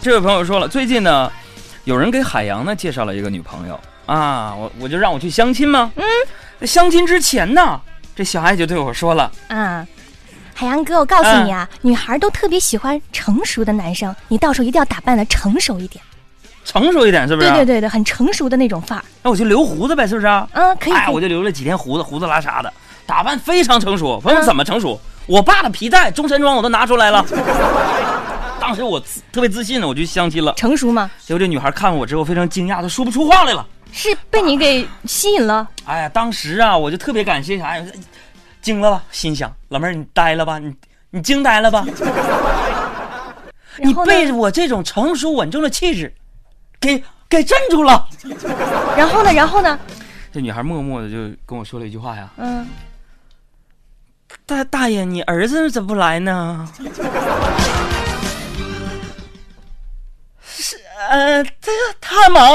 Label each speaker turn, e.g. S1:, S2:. S1: 这位朋友说了，最近呢，有人给海洋呢介绍了一个女朋友啊，我我就让我去相亲吗？嗯，在相亲之前呢，这小爱就对我说了，
S2: 啊，海洋哥，我告诉你啊，
S1: 嗯
S2: 女孩都特别喜欢成熟的男生，你到时候一定要打扮的成熟一点。
S1: 成熟一点是不是？啊
S2: 对对对对，很成熟的那种范儿。
S1: 那我就留胡子呗，是不是啊？
S2: 嗯，可以。
S1: 哎，
S2: 可以
S1: 我就留了几天胡子，胡子拉碴的，打扮非常成熟。
S2: 嗯
S1: 朋友们怎么成熟？我爸的皮带、中山装我都拿出来 了。当时我自特别自信的，我就相亲了。
S2: 成熟吗？
S1: 结果这女孩看我之后非常惊讶，她说不出话来了。
S2: 是被你给吸引了？
S1: 哎呀，当时啊，我就特别感谢啥呀，惊了吧，心想老妹儿你呆了吧，你你惊呆了吧？
S2: 然
S1: 你
S2: 后呢？
S1: 被我这种成熟稳重的气质给给镇住了。
S2: 然后呢？然后呢？
S1: 这女孩默默的就跟我说了一句话呀，
S2: 嗯，
S1: 大大爷，你儿子怎么不来呢？ 是呃，他他忙。